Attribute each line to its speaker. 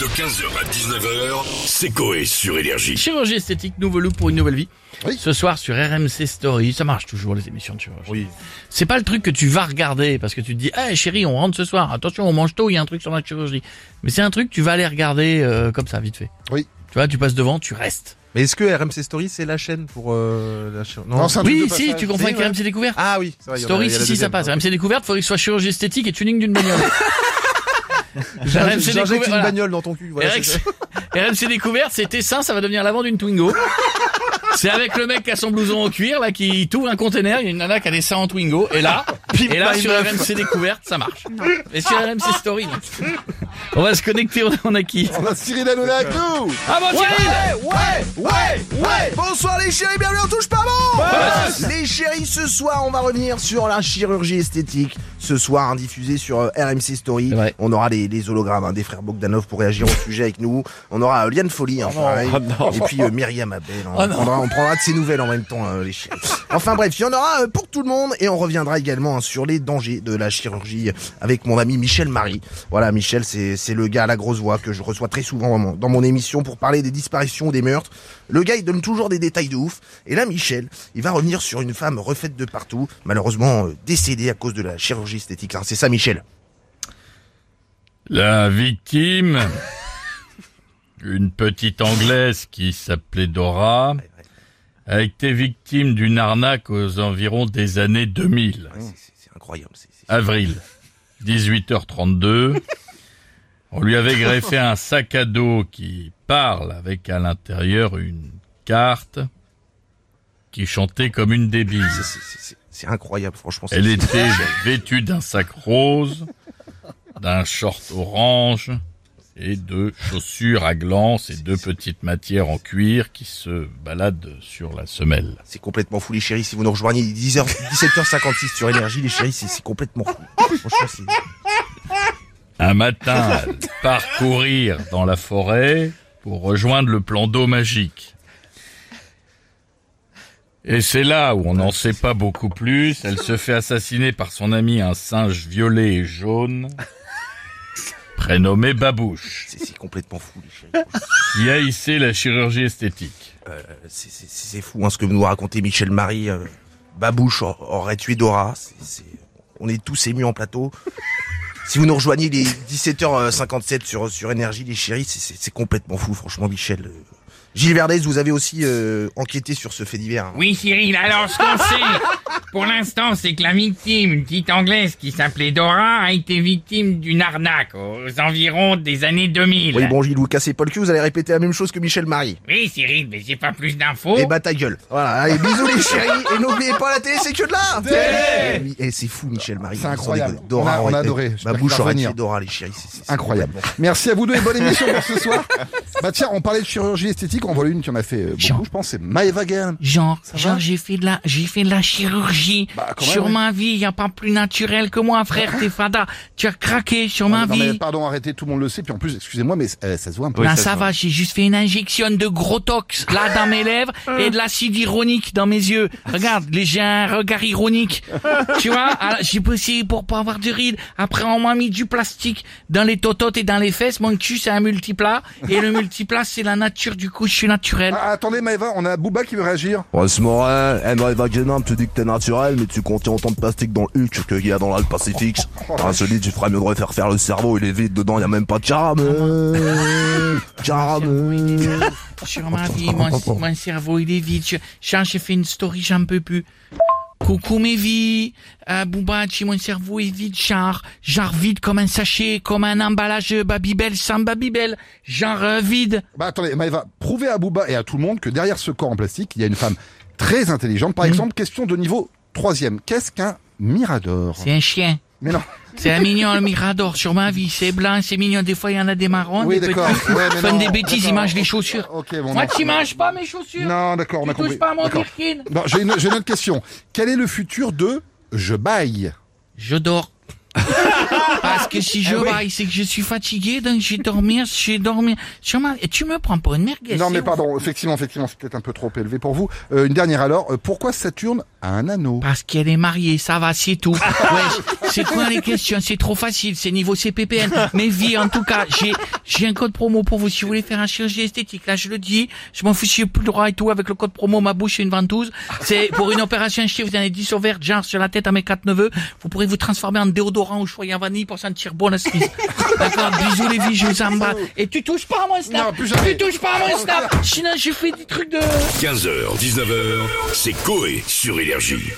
Speaker 1: De 15h à 19h, c'est Coé sur Énergie.
Speaker 2: Chirurgie esthétique, nouveau look pour une nouvelle vie.
Speaker 3: Oui.
Speaker 2: Ce soir sur RMC Story, ça marche toujours les émissions de chirurgie. C'est pas le truc que tu vas regarder parce que tu te dis, hey chérie, on rentre ce soir. Attention, on mange tôt, il y a un truc sur la chirurgie. Mais c'est un truc que tu vas aller regarder euh, comme ça vite fait.
Speaker 3: Oui.
Speaker 2: Tu vois, tu passes devant, tu restes.
Speaker 4: Mais est-ce que RMC Story c'est la chaîne pour euh, la chaîne
Speaker 3: Non, c'est un truc
Speaker 2: Oui,
Speaker 3: de
Speaker 2: si,
Speaker 3: passage.
Speaker 2: tu comprends
Speaker 3: Si,
Speaker 2: que
Speaker 3: ouais.
Speaker 2: RMC découverte.
Speaker 4: Ah oui, c'est vrai, il y en a- il
Speaker 2: Story,
Speaker 4: y a
Speaker 2: si,
Speaker 4: la
Speaker 2: si, ça
Speaker 4: deuxième.
Speaker 2: passe. RMC découverte, faudrait que ce soit chirurgie esthétique et tuning d'une bagnole.
Speaker 4: J'in-
Speaker 2: RMC
Speaker 4: J'injecte
Speaker 2: découvert-
Speaker 4: une
Speaker 2: voilà.
Speaker 4: bagnole dans ton cul. Voilà, c'est ça.
Speaker 2: RX RMC découverte, c'est Tessin, ça va devenir l'avant d'une Twingo. C'est avec le mec qui a son blouson en cuir, là, qui t'ouvre un container, il y a une nana qui a des seins en Twingo, et là, et là,
Speaker 4: my
Speaker 2: sur
Speaker 4: meuf.
Speaker 2: RMC découverte, ça marche. Et sur RMC story, non. On va se connecter, on, on a qui?
Speaker 3: On a Cyril Hanouna avec nous
Speaker 2: Ah bon, Cyril
Speaker 5: Ouais, ouais, ouais Bonsoir les chéris, bienvenue on Touche pas bon Les chéris, ce soir, on va revenir sur la chirurgie esthétique. Ce soir, hein, diffusé sur euh, RMC Story,
Speaker 2: C'est vrai.
Speaker 5: on aura les, les hologrammes hein, des frères Bogdanov pour réagir au sujet avec nous. On aura euh, Liane Folly, hein, pareil. et puis euh, Myriam Abel. hein.
Speaker 2: Oh
Speaker 5: on,
Speaker 2: non.
Speaker 5: prendra, on prendra de ses nouvelles en même temps, hein, les chéris. Enfin bref, il y en aura euh, pour tout le monde et on reviendra également hein, sur les dangers de la chirurgie avec mon ami Michel Marie. Voilà, Michel, c'est c'est le gars à la grosse voix que je reçois très souvent dans mon- dans mon émission pour parler des disparitions ou des meurtres. Le gars, il donne toujours des détails de ouf. Et là, Michel, il va revenir sur une femme refaite de partout, malheureusement euh, décédée à cause de la chirurgie esthétique. hein. C'est ça, Michel
Speaker 6: La victime, une petite anglaise qui s'appelait Dora, a été victime d'une arnaque aux environs des années 2000.
Speaker 5: Ouais, c'est- C'est c'est incroyable. c'est- c'est-
Speaker 6: Avril, 18h32. On lui avait greffé un sac à dos qui parle avec à l'intérieur une carte qui chantait comme une débile.
Speaker 5: c'est- c'est- c'est- C'est incroyable, franchement. c'est-
Speaker 6: Elle
Speaker 5: c'est-
Speaker 6: était vêtue d'un sac rose, d'un short orange et de chaussures à glances et de petites matières en cuir qui se baladent sur la semelle.
Speaker 5: C'est complètement fou, les chéris. Si vous nous rejoignez, il est 10h, 17h56 sur Énergie, les chéris, c'est c'est complètement fou. Franchement, c'est-
Speaker 6: Un matin, elle part courir dans la forêt pour rejoindre le plan d'eau magique. Et c'est là où on n'en sait pas beaucoup plus. Elle se fait assassiner par son ami un singe violet et jaune, prénommé Babouche.
Speaker 5: c'est c'est complètement fou, les chéris.
Speaker 6: qui a hissé la chirurgie esthétique.
Speaker 5: Euh, c'est- C'est c'est- c'est fou, hein, ce que vous nous racontez, Michel Marie. euh, Babouche a- aurait tué Dora. c'est- c'est- On est tous émus en plateau. Si vous nous rejoignez, les 17h57 sur, sur Énergie, les chéris, c'est- c'est c'est complètement fou, franchement, Michel. Euh, Gilles Verdez, vous avez aussi euh, enquêté sur ce fait divers. hein.
Speaker 7: Oui, Cyril, alors ce qu'on sait, pour l'instant, c'est que la victime, une petite Anglaise qui s'appelait Dora, a été victime d'une arnaque aux environs des années 2000.
Speaker 5: Oui, bon, Gilles, vous cassez pas le cul, vous allez répéter la même chose que Michel Marie.
Speaker 7: Oui, Cyril, mais j'ai pas plus d'infos.
Speaker 3: Oh.
Speaker 5: Et bah ta gueule. Voilà, allez, bisous les chéris. Et n'oubliez pas la télé, c'est que de là. Télé Et eh, c'est fou, Michel Marie.
Speaker 3: C'est
Speaker 5: Sans
Speaker 3: incroyable.
Speaker 5: déconner.
Speaker 3: On a- on a
Speaker 5: aurait-
Speaker 3: adoré. J'espère
Speaker 5: eh, Ma
Speaker 3: qu'il
Speaker 5: bouche
Speaker 3: va
Speaker 5: aurait
Speaker 3: revenir.
Speaker 5: tué Dora, les chéris. c'est- c'est- c'est
Speaker 3: Incroyable. Merci à vous deux et bonne émission pour ce soir. Bah tiens, on parlait de chirurgie esthétique, on voit une qui en a fait euh, beaucoup, je pense, c'est Maëva Gaël.
Speaker 7: Genre,
Speaker 3: genre,
Speaker 7: j'ai fait de la, j'ai fait de la chirurgie.
Speaker 3: Bah, quand même, Sur oui.
Speaker 7: ma vie, y a pas plus naturel que moi, frère Tefada. Tu as craqué sur
Speaker 3: Non, mais- non, mais pardon, arrêtez, tout le monde le sait, puis en plus, excusez-moi, mais euh, ça se voit un peu.
Speaker 7: là, ça, va, j'ai juste fait une injection de gros tox, là, dans mes lèvres, et de l'acide ironique dans mes yeux. Regarde, les- j'ai un regard ironique. tu vois, alors, j'ai poussé pour pas avoir de rides. Après, on m'a mis du plastique dans les tototes et dans les fesses. Mon cul, c'est un multiplat. Et le multiplat, c'est la nature. Du coup, je suis naturel.
Speaker 3: Ah, attendez Maëva, on a Booba qui veut réagir.
Speaker 5: Ross Morin, Emma Vagenam te dit que t'es naturel, mais tu contiens autant de plastique dans le Hulk qu'il y a dans l'Alpe Pacifique.
Speaker 3: Oh.
Speaker 5: Un solide, tu ferais mieux de refaire faire le cerveau, il est vide dedans, y a même pas de caramel.
Speaker 3: Ah.
Speaker 5: Caramel.
Speaker 7: Sur ma vie, mon, mon cerveau, il est vide. Je- Genre, j'ai fait une story, j'en peux plus. Coucou mes vies, euh, Boubachi, mon cerveau est vide, genre, genre vide comme un sachet, comme un emballage Babybel sans Babybel, genre euh, vide.
Speaker 3: Bah attendez, Maëva, prouvez à Booba et à tout le monde que derrière ce corps en plastique, il y a une femme très intelligente.
Speaker 7: Mm.
Speaker 3: Par exemple, question de niveau troisième. Qu'est-ce qu'un mirador
Speaker 7: C'est un chien.
Speaker 3: Mais non.
Speaker 7: C'est un mignon, le mirador, sur ma vie. C'est blanc, c'est mignon. Des fois, il y en a des marrons,
Speaker 3: Oui,
Speaker 7: des
Speaker 3: d'accord.
Speaker 7: petits.
Speaker 3: Ouais, mais
Speaker 7: Ils font
Speaker 3: non,
Speaker 7: des bêtises, ils
Speaker 3: d'accord.
Speaker 7: mangent les chaussures.
Speaker 3: Ok, bon.
Speaker 7: Moi,
Speaker 3: non.
Speaker 7: tu manges pas mes chaussures.
Speaker 3: Non, d'accord, on a
Speaker 7: tu
Speaker 3: compris.
Speaker 7: touches pas à mon
Speaker 3: D'accord.
Speaker 7: Birkin.
Speaker 3: Bon, j'ai une, j'ai une autre question. Quel est le futur de je baille
Speaker 7: Je dors. Pas parce que si
Speaker 3: Ah
Speaker 7: je raille, c'est que je suis fatigué, donc j'ai dormi, j'ai dormi. Sur ma- Et tu me prends pour une merguez.
Speaker 3: Non,
Speaker 7: c'est
Speaker 3: mais
Speaker 7: ouf.
Speaker 3: pardon, effectivement, effectivement, c'est peut-être un peu trop élevé pour vous. Euh, une dernière alors, euh, pourquoi Saturne a un anneau
Speaker 7: Parce qu'elle est mariée, ça va, c'est tout. Ouais, c'est quoi les questions C'est trop facile, c'est niveau CPPN. Mais vie, en tout cas, j'ai j'ai un code promo pour vous si vous voulez faire un chirurgie esthétique. Là, je le dis, je m'en fiche, j'ai plus le droit et tout. Avec le code promo, ma bouche est une ventouse. C'est pour une opération chiffre, vous en avez 10 au vert, genre sur la tête à mes quatre neveux. Vous pourrez vous transformer en déodorant ou choyer en vanille pour sentir bon la Suisse. D'accord, bisous les vies, je vous embrasse. Et tu touches pas à mon snap
Speaker 3: Non, plus jamais.
Speaker 7: Tu touches pas à mon snap Sinon, je fais des trucs de...
Speaker 1: 15h, 19h, c'est Coé sur Énergie.